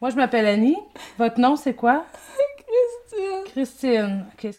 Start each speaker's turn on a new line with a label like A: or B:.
A: Moi, je m'appelle Annie. Votre nom, c'est quoi?
B: Christine.
A: Christine. OK.